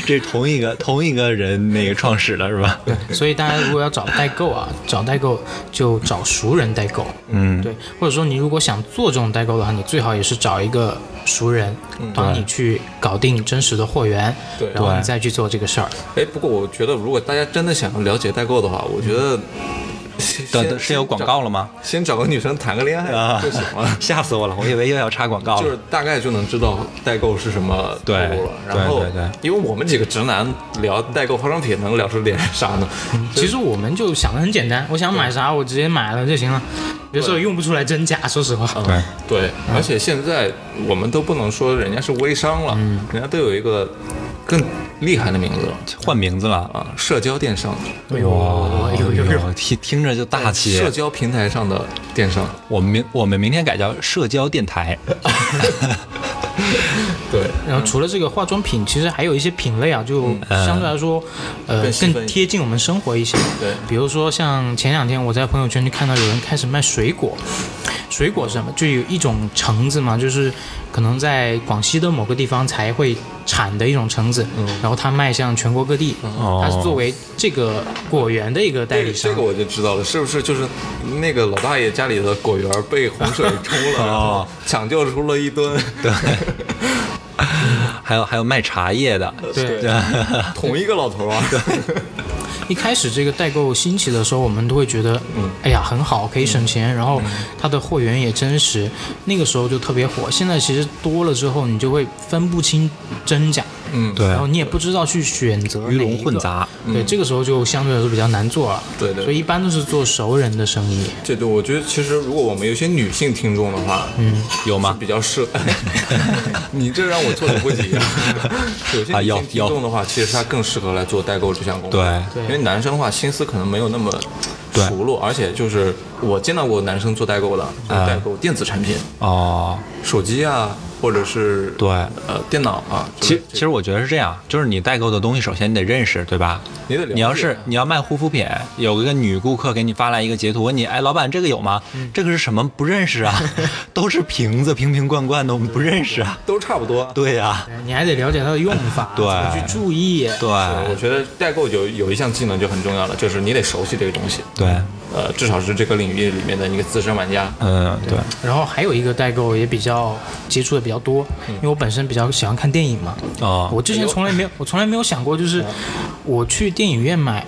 这是同一个同一个人那个创始的是吧？对，所以大家如果要找代购啊，找代购就找熟人代购，嗯，对，或者说你如果想做这种代购的话，你最好也是找一个熟人帮你去搞定真实的货源，对然后你对再去做这个事儿。哎，不过我觉得，如果大家真的想要了解代购的话，我觉得先等先等是有广告了啊吗？。先找个女生谈个恋爱就行了 吓死我了，我以为又要插广告了。就是大概就能知道代购是什么套路了，对然后对对因为我们几个直男聊代购化妆品能聊出点啥呢？嗯其实我们就想的很简单，我想买啥我直接买了就行了，有时候用不出来真假，说实话。对，对，嗯而且现在我们都不能说人家是微商了，嗯人家都有一个更厉害的名字了换名字了。哦啊，社交电商，哎呦，有有有，听听着就大气。社交平台上的电商，我们明我们明天改叫社交电 台。对，然后除了这个化妆品，其实还有一些品类啊，就相对来说，呃更，细分更贴近我们生活一些。对比如说像前两天我在朋友圈就看到有人开始卖水果，水果是什么？就有一种橙子嘛，就是可能在广西的某个地方才会产的一种橙子，嗯然后它卖向全国各地，哦它是作为这个果园的一个代这理个嗯商。哎这个我就知道了，是不是就是那个老大爷家里的果园被洪水冲了，然后抢救出了一吨，对，还有还有卖茶叶的，对 同一个老头啊，一开始这个代购兴起的时候，我们都会觉得，嗯哎呀，很好，可以省钱，然后它的货源也真实，那个时候就特别火。现在其实多了之后，你就会分不清真假，嗯，对然后你也不知道去选择鱼龙哪一个混杂。嗯对，这个时候就相对来说比较难做了。对对所以一般都是做熟人的生意。这对我觉得其实如果我们有些女性听众的话，嗯，有吗是比较适， 你这让我措手不及啊。有些啊女要性听众的话，其实她更适合来做代购这项工作，对对因为男生的话心思可能没有那么对熟络，而且就是我见到过男生做代购的，做代购电子产品，哦，手机啊，或者是对呃电脑啊，其实就是其实我觉得是这样，就是你代购的东西，首先你得认识，对吧？你得了解你要是你要卖护肤品，有一个女顾客给你发来一个截图，问你，哎，老板这个有吗？嗯这个是什么？不认识啊， 都是瓶子，瓶瓶罐罐的，我们不认识啊。都差不多。对呀、你还得了解它的用法，对怎么去注意。对，我对觉得代购有有一项技能就很重要了，就是你得熟悉这个东西，对，呃，至少是这个领域里面的一个资深玩家。嗯对，然后还有一个代购也比较接触的比较多，嗯因为我本身比较喜欢看电影嘛。哦我之前从来没有，我从来没有想过，就是我去电影院买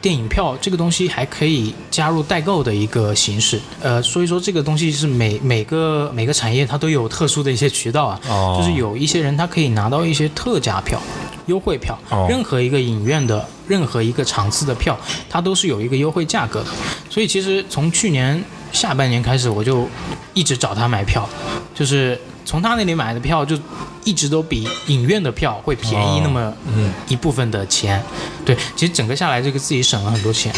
电影票这个东西还可以加入代购的一个形式。呃，所以说这个东西是每每个每个产业它都有特殊的一些渠道啊，哦就是有一些人他可以拿到一些特价票。优惠票哦，任何一个影院的任何一个场次的票，它都是有一个优惠价格的。所以其实从去年下半年开始，我就一直找他买票，就是从他那里买的票就一直都比影院的票会便宜那么一部分的钱。对，其实整个下来这个自己省了很多钱。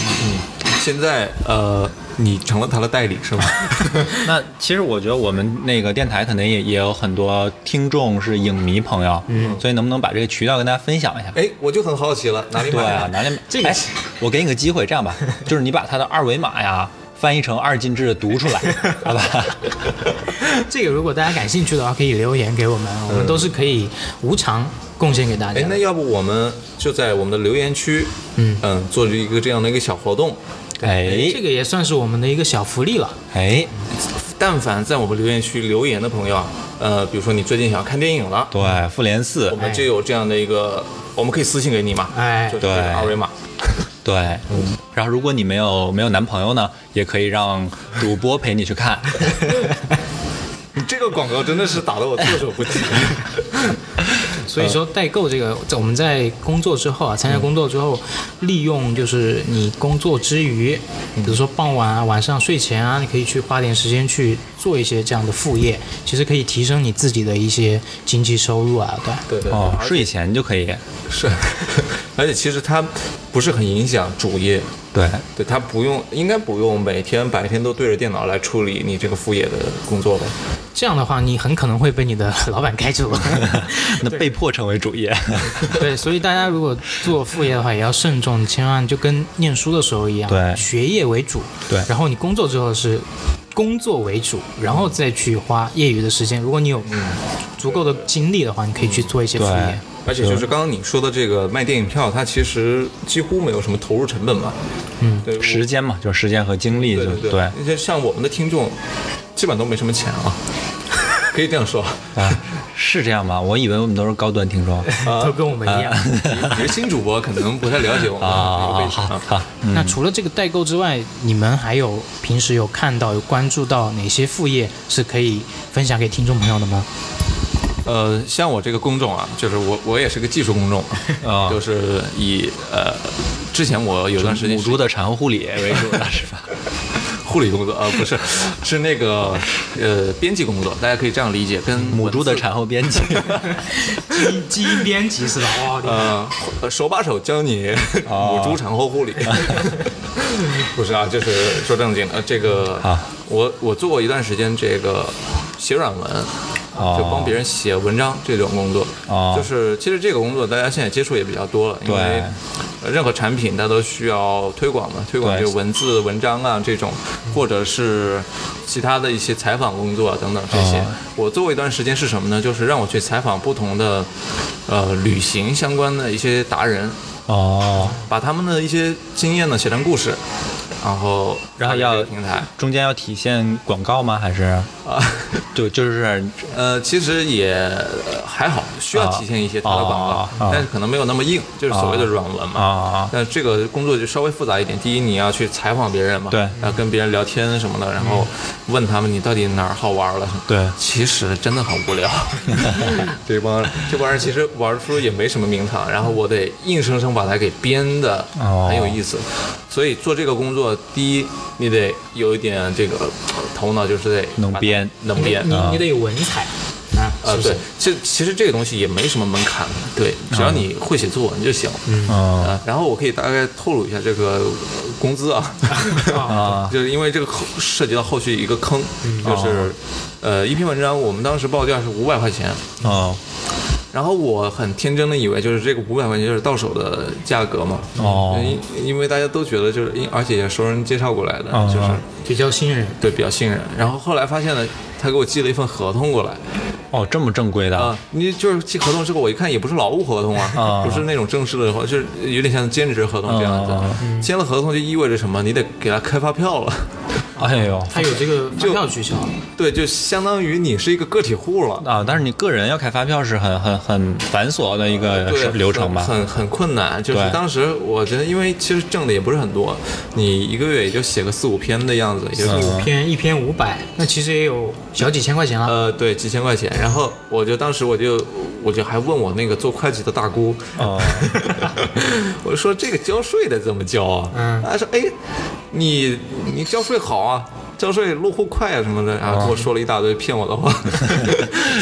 现在呃，你成了他的代理是吗？那其实我觉得我们那个电台可能也也有很多听众是影迷朋友，嗯，所以能不能把这个渠道跟大家分享一下？ 哎，我就很好奇了，哪里对买啊啊，？拿那这个哎，我给你个机会，这 样吧，就是你把它的二维码呀翻译成二进制读出来， 好吧？这个如果大家感兴趣的话，可以留言给我们，我们都是可以无偿贡献给大家哎，那的。要不我们就在我们的留言区，嗯嗯，做一个这样的一个小活动。哎这个也算是我们的一个小福利了。哎，但凡在我们留言区留言的朋友啊，呃，比如说你最近想要看电影了，对，复联四我，们就有这样的一个，我们可以私信给你嘛，哎就是这个对二维码。对，嗯然后如果你没有没有男朋友呢，也可以让主播陪你去看。 你这个广告真的是打得我措手不及。所以说呃代购这个，在我们在工作之后啊，参嗯加工作之后，利用就是你工作之余，嗯比如说傍晚啊、晚上睡前啊，你可以去花点时间去做一些这样的副业，其实可以提升你自己的一些经济收入啊，对。对对哦，睡前就可以，是， 而且其实它不是很影响主业，对，对它不用，应该不用每天白天都对着电脑来处理你这个副业的工作吧？这样的话，你很可能会被你的 老板开除。那被迫成为主业。 对，所以大家如果做副业的话，也要慎重，千万就跟念书的时候一样，对学业为主，对然后你工作之后是工作为主，然后再去花业余的时间。如果你有足够的精力的话，你可以去做一些副嗯对业。，哎而且就是刚刚你说的这个卖电影票，它其实几乎没有什么投入成本嘛。嗯，对，我时间嘛，就是时间和精力对就对对，那些像我们的听众，基本都没什么钱啊， 可以这样说， 啊，是这样吗？我以为我们都是高端听众都跟我们一样。呃你是新主播，可能不太了解我们啊的啊这啊！个背景好啊。好，那除了这个代购之外，你们还有平时有看到、有关注到哪些副业是可以分享给听众朋友的吗？呃，像我这个工种啊，就是我我也是个技术工种 啊就是以呃，之前我有段时间母是 猪的产后护理为主的是吧？护理工作啊，不 是，是那个呃编辑工作，大家可以这样理解，跟母文猪的字产后编辑，基因基 因编辑是吧？哇，厉害呃，手把手教你哦 母猪产后护 理。不是啊，就是说正经的，这个啊我我做过一段时间这个写软文，哦就帮别人写文章这种工作。哦就是其实这个工作大家现在接触也比较多了，因为呃任何产品它都需要推广嘛，推广对嗯就是文字、文章啊这种，或者是其他的一些采访工作啊等等这些。哦我做过一段时间是什么呢？就是让我去采访不同的呃旅行相关的一些达人， 哦，把他们的一些经验呢写成故事，然后然后发给要这个平台。中间要体现广告吗？还是啊，就就是呃，其实也呃还好，需要啊体现一些它的广告，啊啊但是可能没有那么硬，就是所谓的软文嘛。啊但这个工作就稍微复杂一点。第一，你要去采访别人嘛，对嗯然后跟别人聊天什么的，然后问他们你到底哪儿好玩了什么。对其实真的很无 聊。这帮人这帮人其实玩出也没什么名堂，然后我得硬生生把它给编的哦很有意思。所以做这个工作，第一你得有一点这个呃头脑，就是得能把它编嗯能编你啊呃你得有文采啊，啊是，不对是？，这其实这个东西也没什么门槛的，对，只要你会写作文就行。嗯嗯啊，然后我可以大概透露一下这个呃工资啊，啊 就是因为这个后涉及到后续一个坑，就是呃一篇文章我们当时报价是五百块钱，哦然后我很天真的以为就是这个五百块钱就是到手的价格嘛，哦因因为大家都觉得就是因而且也熟人介绍过来的，嗯就是嗯比较新人，对比较信任，然后后来发现了他给我寄了一份合同过来。哦，这么正规的啊，你就是寄合同之后，我一看也不是劳务合同啊，啊不是那种正式的合同，就是有点像兼职合同这样子。嗯啊签了合同就意味着什么？你得给他开发票了， 哎呦他有这个发票取消，对，就相当于你是一个个体户了。啊！但是你个人要开发票是很很很繁琐的一个对，流程吧？很很困难，就是对当时我觉得，因为其实挣的也不是很多，你一个月也就写个四五篇的样子，也就是嗯五篇一篇五百，那其实也有小几千块钱啊了。呃，对，几千块钱。然后我就当时我就我就还问我那个做会计的大姑，哦 我说这个交税得怎么交啊？嗯她说哎，你你交税好啊。交税落户快啊什么的，然哦后跟我说了一大堆骗我的 话。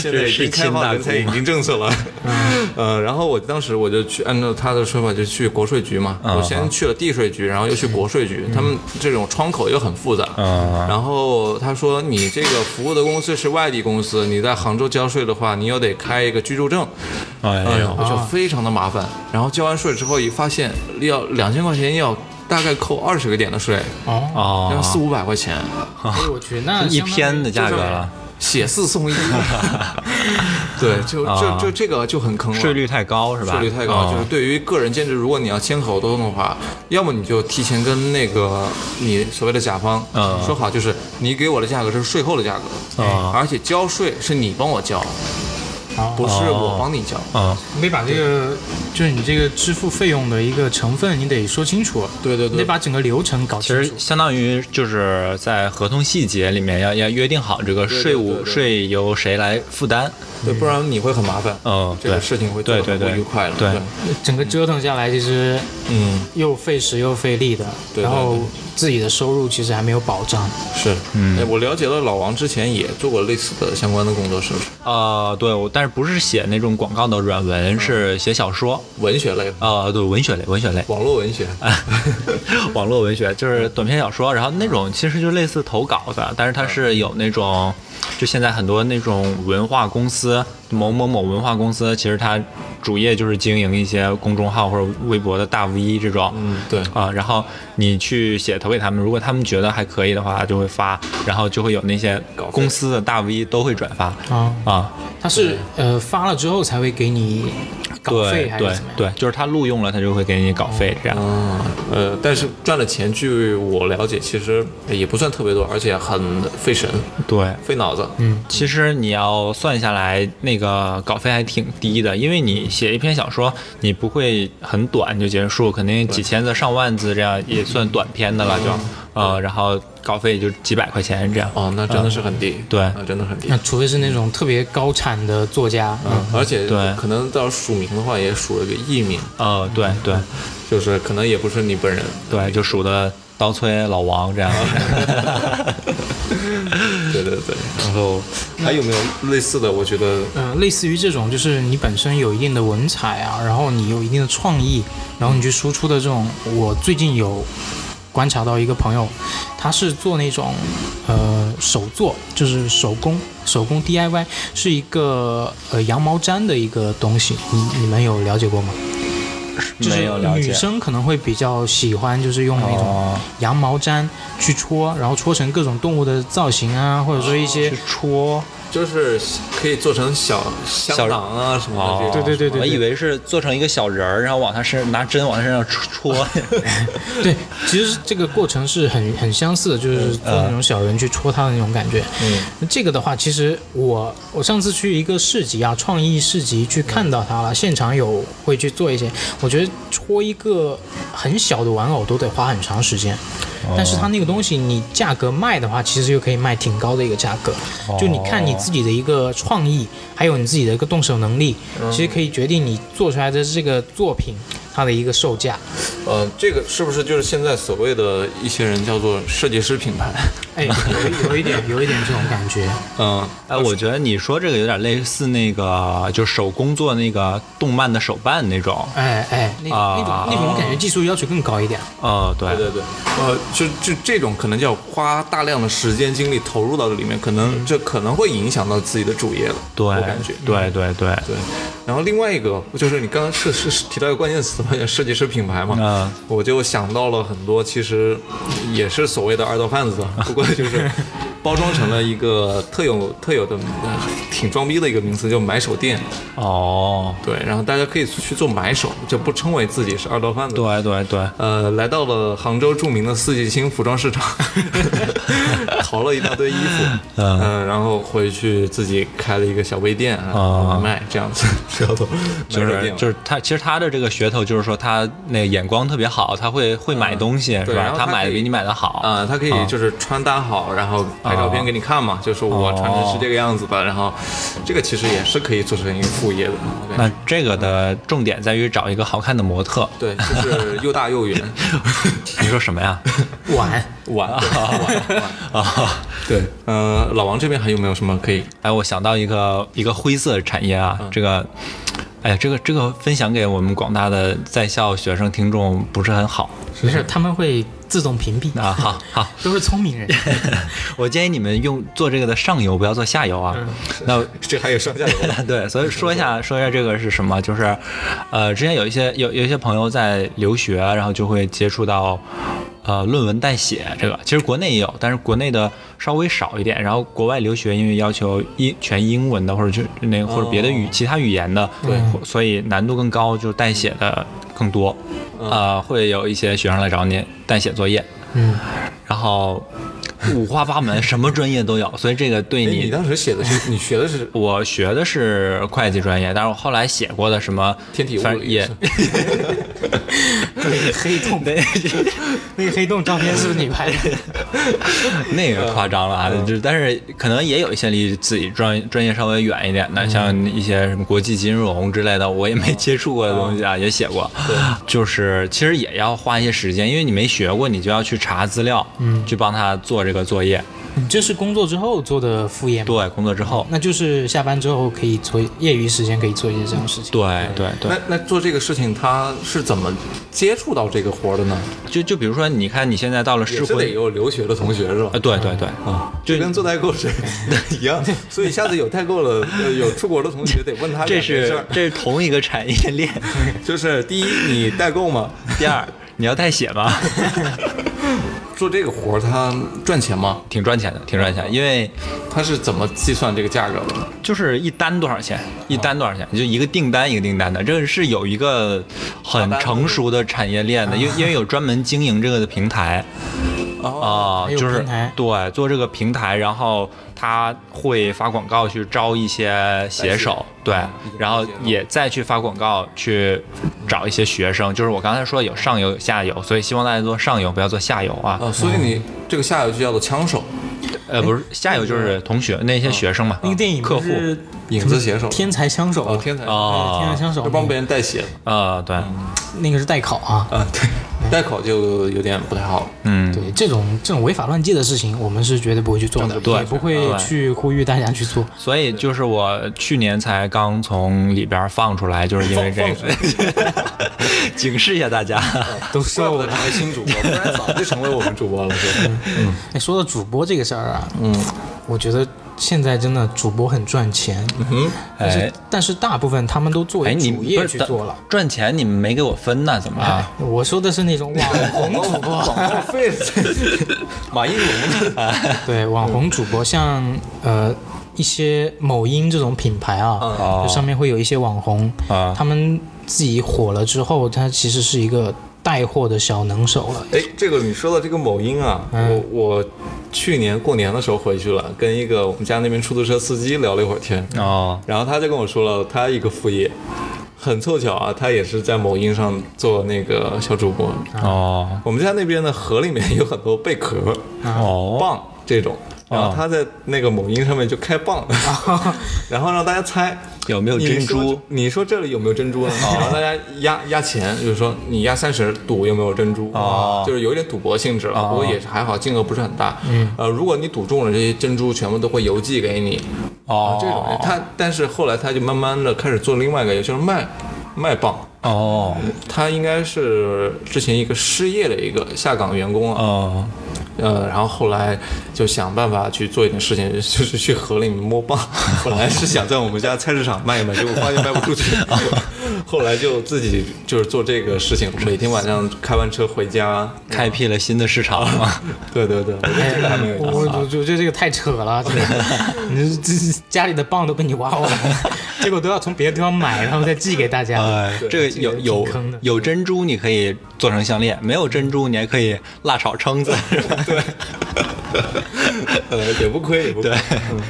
现在已经开放人才已经政策了，嗯呃，然后我当时我就去按照他的说法就去国税局嘛，嗯我先去了地税局，然后又去国税局，他们这种窗口又很复杂，嗯然后他说你这个服务的公司是外地公司，你在杭州交税的话，你又得开一个居住证，呃哎呦我就非常的麻烦。然后交完税之后，一发现要两千块钱要大概扣二十个点的税，哦，要哦，四五百块钱，哎呦我去， 那一相当于篇的价格就是了，写四 送一。对，就啊就就这个就很坑了。税率太高是吧？税率太高，哦就是对于个人兼职，如果你要签合同的话，要么你就提前跟那个你所谓的甲方嗯说好，就是你给我的价格是税后的价格，嗯而且交税是你帮我交，哦不是啊我帮你交。嗯没把这个就是你这个支付费用的一个成分，你得说清楚。对对对你得把整个流程搞其清实楚。相当于就是在合同细节里面要要约定好这个对税对务对对税由谁来负担。对，不然你会很麻烦。嗯这个对事情会做得对很对不对愉快了。对整个折腾下来，其实嗯，又费时又费力的，对对然后对自己的收入其实还没有保障。是。嗯哎，我了解了，老王之前也做过类似的相关的工作，是不是？呃，对，我但是不是写那种广告的软嗯文，是写小说。文学类，呃，对，文学类，文学类， 网络文学。网络文学就是短篇小说，然后那种其实就类似投稿的，但是它是有那种，就现在很多那种文化公司，某某某文化公司，其实它主业就是经营一些公众号或者微博的大 V 这种，嗯，对。啊，然后你去写投给他们，如果他们觉得还可以的话，就会发，然后就会有那些稿费公司的大 V 都会转发啊啊，它是呃发了之后才会给你稿费对还是对怎么样？哦对，就是他录用了，他就会给你稿费这样。嗯，呃，但是赚的钱，据我了解，其实也不算特别多，而且很费神、对，费脑子。嗯，其实你要算下来，那个稿费还挺低的，因为你写一篇小说，你不会很短就结束，肯定几千字、上万字这样也算短篇的了，就嗯呃，然后稿费就几百块钱这样。哦，那真的是很低。嗯对那真的很低那。除非是那种特别高产的作家，嗯，而且对可能到署名的话，也署了个艺名，呃，对对就是可能也不是你本人。对，就数的刀崔、老王 这样。对对对，然后还有没有类似的？我觉得呃，类似于这种，就是你本身有一定的文采啊，然后你有一定的创意，然后你去输出的这种，我最近有观察到一个朋友，他是做那种呃手作，就是手工手工 DIY，是一个呃羊毛毡的一个东西，你你们有了解过吗？就没是有了解女生可能会比较喜欢，就是用那种哦羊毛毡去戳，然后戳成各种动物的造型啊，或者说一些去戳，就是可以做成小香囊啊什么哦的这种。对对对对我对以为是做成一个小人儿，然后往他身拿针往他身上戳戳。 对，其实这个过程是很很相似的，就是做那种小人去戳他的那种感觉。嗯，那这个的话，其实我我上次去一个市集啊，创意市集去看到它了，现场有会去做一些。我觉得戳一个很小的玩偶都得花很长时间，但是它那个东西你价格卖的话，其实又可以卖挺高的一个价格。就你看你自己的一个创意，还有你自己的一个动手能力，其实可以决定你做出来的这个作品它的一个售价。呃，这个是不是就是现在所谓的一些人叫做设计师品牌？哎，有有一点，有一点这种感觉。 嗯， 哎，我觉得你说这个有点类似那个，就手工做那个动漫的手办那种。哎哎，那啊那种那种感觉技术要求更高一点。呃，对哦对对对，呃，就就这种可能就要花大量的时间精力投入到这里面，可能这可能会影响到自己的主业了，我感觉。对对对对，然后另外一个就是你刚刚设是提到一个关键词嘛， 设计师品牌嘛，嗯我就想到了很多，其实也是所谓的二道贩子，啊不过就是包装成了一个特有特有的、呃挺装逼的一个名词，叫买手店。哦，对，然后大家可以去做买手，就不称为自己是二道贩子。对对对，呃，来到了杭州著名的四季青服装市场， 淘了一大堆衣服，嗯、然后回去自己开了一个小微店啊啊，卖这样子，叫 做就买手是店就是他，其实他的这个噱头就是说他那个眼光特别好，他会会买东西是嗯对然吧后？他他买的可以比你买的好啊，他可以就是穿搭好，然后拍照片给你看嘛，就说我穿成是这个样子的，然后这个其实也是可以做成一个副业的，我感那觉这个的重点在于找一个好看的模特。对，就是又大 又圆， 你说什么呀？碗，碗 碗碗，啊，对，呃，老王这边还有没有什么可以？哎，我想到一个一个灰色产业啊，这个，哎，这个这个分享给我们广大的在校学生听众不 是很好没事，他们会自动屏蔽啊。好，好， 都是聪明人。我建议你们用做这个的上游，不要做下游啊。那这还有上下游 对，所以说一下说一下这个是什么，就是，呃，之前有一些有有一些朋友在留学，然后就会接触到，呃，论文代写这个，其实国内也有，但是国内的稍微少一点。然后国外留学因为要求英全英文的，或者就那个或者别的语、其他语言的，对，所以难度更高，就代写的更多，嗯呃，会有一些学生来找你代写作业，嗯，然后五花八门，什么专业都有，所以这个对哎你当时写的是你学的是我学的是会计专业，但是我后来写过的什么天体物反理也 是吧那个黑洞， 那个黑洞照片是不是你 拍的？那个夸张了啊，嗯就是但是可能也有一些离自己专专业稍微远一点嗯的，像一些什么国际金融之类的，我也没接触过的东西啊，嗯也写过，就是其实也要花一些时间，因为你没学过，你就要去查资料，嗯，去帮他做这个作业。你这是工作之后做的副业吗？，对，工作之后，那就是下班之后可以做，业余时间可以做一些这种事情。对嗯对对。那那做这个事情他是怎么接触到这个活儿的呢？就就比如说，你看你现在到了也适是婚得有留学的同学是吧啊，？对对对，啊，就跟做代购是一样，所以下次有代购了，呃有出国的同学得问他这两件事是儿这是同一个产业链。就是第一，你代购吗？第二，你要代写 吗？做这个活儿他赚钱吗？挺赚钱的，挺赚钱，因为他是怎么计算这个价格的？就是一单多少钱，一单多少钱，就一个订单一个订单的，这个是有一个很成熟的产业链的， 因为因为有专门经营这个的平台啊、还有就是平台对做这个平台，然后他会发广告去招一些写手，对，然后也再去发广告去找一些学生，就是我刚才说有上嗯呃游有下游，所以希望大家做上游，不要做下游啊。啊，所以你这个下游就叫做枪手，呃，不是，下游就是同学那些学生嘛，那个电影客不户是影子写手天才枪手哦，天才哦对天才枪手就帮别人代写啊，对，那个是代考啊。啊，对，代考就有点不太好了。嗯，对这种这种违法乱纪的事情，我们是绝对不会去做的，对也不会去呼吁大家去做。所以就是我去年才刚从里边放出来，就是因为这个， 警示一下大 家。都是怪不得成为新主播，不然早就成为我们主播了。是吧哎，说到主播这个事儿啊，嗯，我觉得现在真的主播很赚钱，嗯，但是、哎但是大部分他们都作哎，为你主业不去是做了。赚钱，你们没给我分呢？怎么哎啊？，我说的是那种网红 主播，广告费，马应龙的， 对网红主播，像呃一些某音这种品牌嗯啊，就上面会有一些网红啊他们自己火了之后，他其实是一个带货的小能手了。哎，这个你说到这个某音啊，嗯我我去年过年的时候回去了，跟一个我们家那边出租车司机聊了一会儿天，哎哦，然后他就跟我说了他一个副业，很凑巧啊，他也是在某音上做那个小主播。哦，我们家那边的河里面有很多贝壳、哦，蚌这种，然后他在那个某音上面就开 蚌，然后让大家猜。有没有珍你珠哦说？你说这里有没有珍珠呢？然后大家压压钱，就是说你压三十赌有没有珍珠，哦就是有一点赌博性质了，不过也是还好，金额不是很大。嗯，呃，如果你赌中了，这些珍珠全部都会邮寄给你。啊，这种人哦，他，但是后来他就慢慢的开始做另外一个，也就是卖卖棒。哦，他应该是之前一个失业的一个下岗员工啊，哦，呃，然后后来就想办法去做一点事情， 就是去河里面摸蚌。本来是想在我们家菜市场卖一卖，结果发现卖不出去， 后来就自己就是做这个事情，每天晚上开完车回家。开辟了新的市场 嘛。啊对对对，我觉得这个还没有我意我思啊。 我觉得这个太扯了，这个你这这家里的棒都被你挖完了， 结果都要从别的地方买，然后再寄给大家。哎，这个有有挺坑的有珍珠，你可以做成项链；没有珍珠，你还可以辣炒蛏子，是吧？ 对，哎呃，也不亏，也不亏。嗯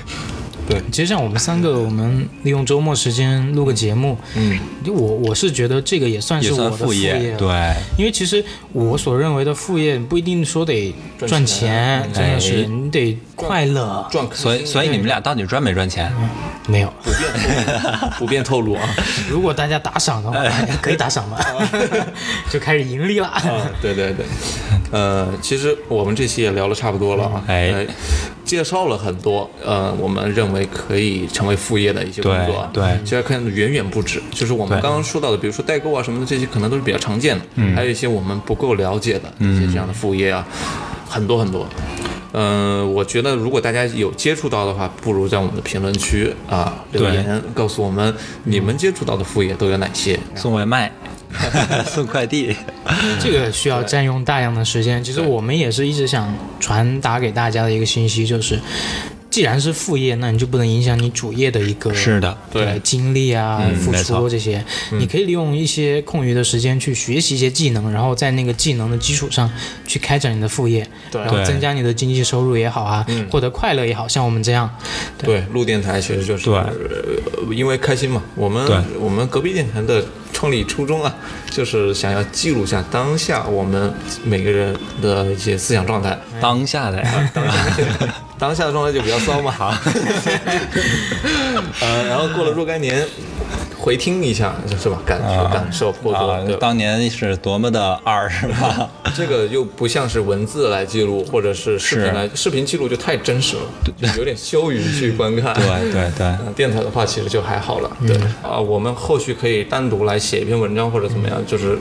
其实像我们三个，我们利用周末时间录个节目，嗯，就我我是觉得这个也算也是我的算副业。了对，因为其实我所认为的副业不一定说得赚赚钱钱，真的是哎你得快乐。赚开心，所以所以你们俩到底赚没赚钱？没有，不便透露啊。如果大家打赏的话，哎可以打赏吧，就开始盈利了。啊， 对对对，呃，其实我们这期也聊了差不多了啊，哎呃，介绍了很多，呃，我们认为可以成为副业的一些工作啊，对对其实看远远不止，就是我们对嗯刚刚说到的，比如说代购啊什么的，这些可能都是比较常见的，还有一些我们不够了解的一些这样的副业啊，很多很多。嗯、我觉得如果大家有接触到的话，不如在我们的评论区啊留对言，告诉我们你们接触到的副业都有哪些。送外卖， 送快递。这个需要占用大量的时间。其实我们也是一直想传达给大家的一个信息，就是既然是副业，那你就不能影响你主业的一个是的嗯对对精力啊、付没错嗯出这些。你可以利用一些空余的时间去学习一些技能，然后在那个技能的基础上去开展你的副业，然后对嗯增加你的经济收入也好啊，获得快乐也好，像我们这样。对，录电台其实就是对呃因为开心嘛。我们对我们隔壁电台的创立初衷啊，就是想要记录下当下我们每个人的一些思想状 态。 当下的呀，当下的状态就比较骚嘛， 呃，然后过了若干年，回听一下是吧？感受感受颇啊多，对，吧？当年是多么的二，是 吧？这个又不像是文字来记录，或者是视频是来，视频记录就太真实了，就有点羞于去观看。对对对，呃电台的话其实就还好了，对嗯啊、我们后续可以单独来写一篇文章或者怎么嗯样，就是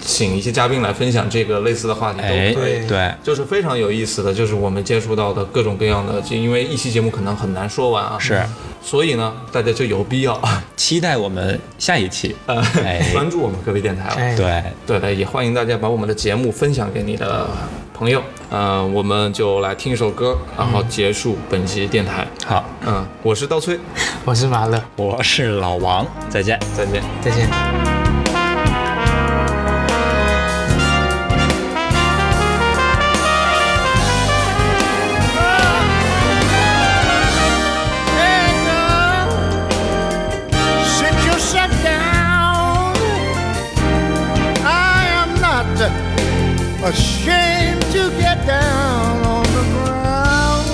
请一些嘉宾来分享这个类似的话题都哎，可以。对对就是非常有意思的，就是我们接触到的各种各样的，就因为一期节目可能很难说完啊，是，所以呢，大家就有必要期待我们下一期。呃、哎， 关注我们隔壁电台了。啊哎，对，对，也欢迎大家把我们的节目分享给你的朋友。嗯、我们就来听一首歌，然后结束本期电台。嗯好，嗯、我是刀崔，我是马乐，我是老王，再见。再见。再见。 Hey, girl, sit yourself down. I am not ashamed to get down on the ground.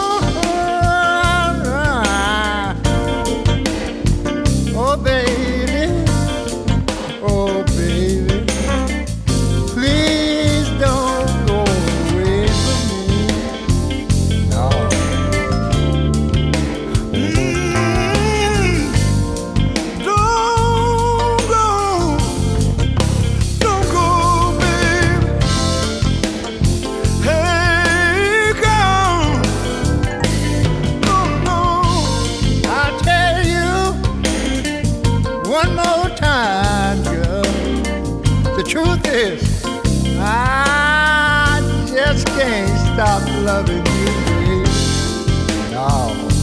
Oh, The truth is, I just can't stop loving you, babe. No.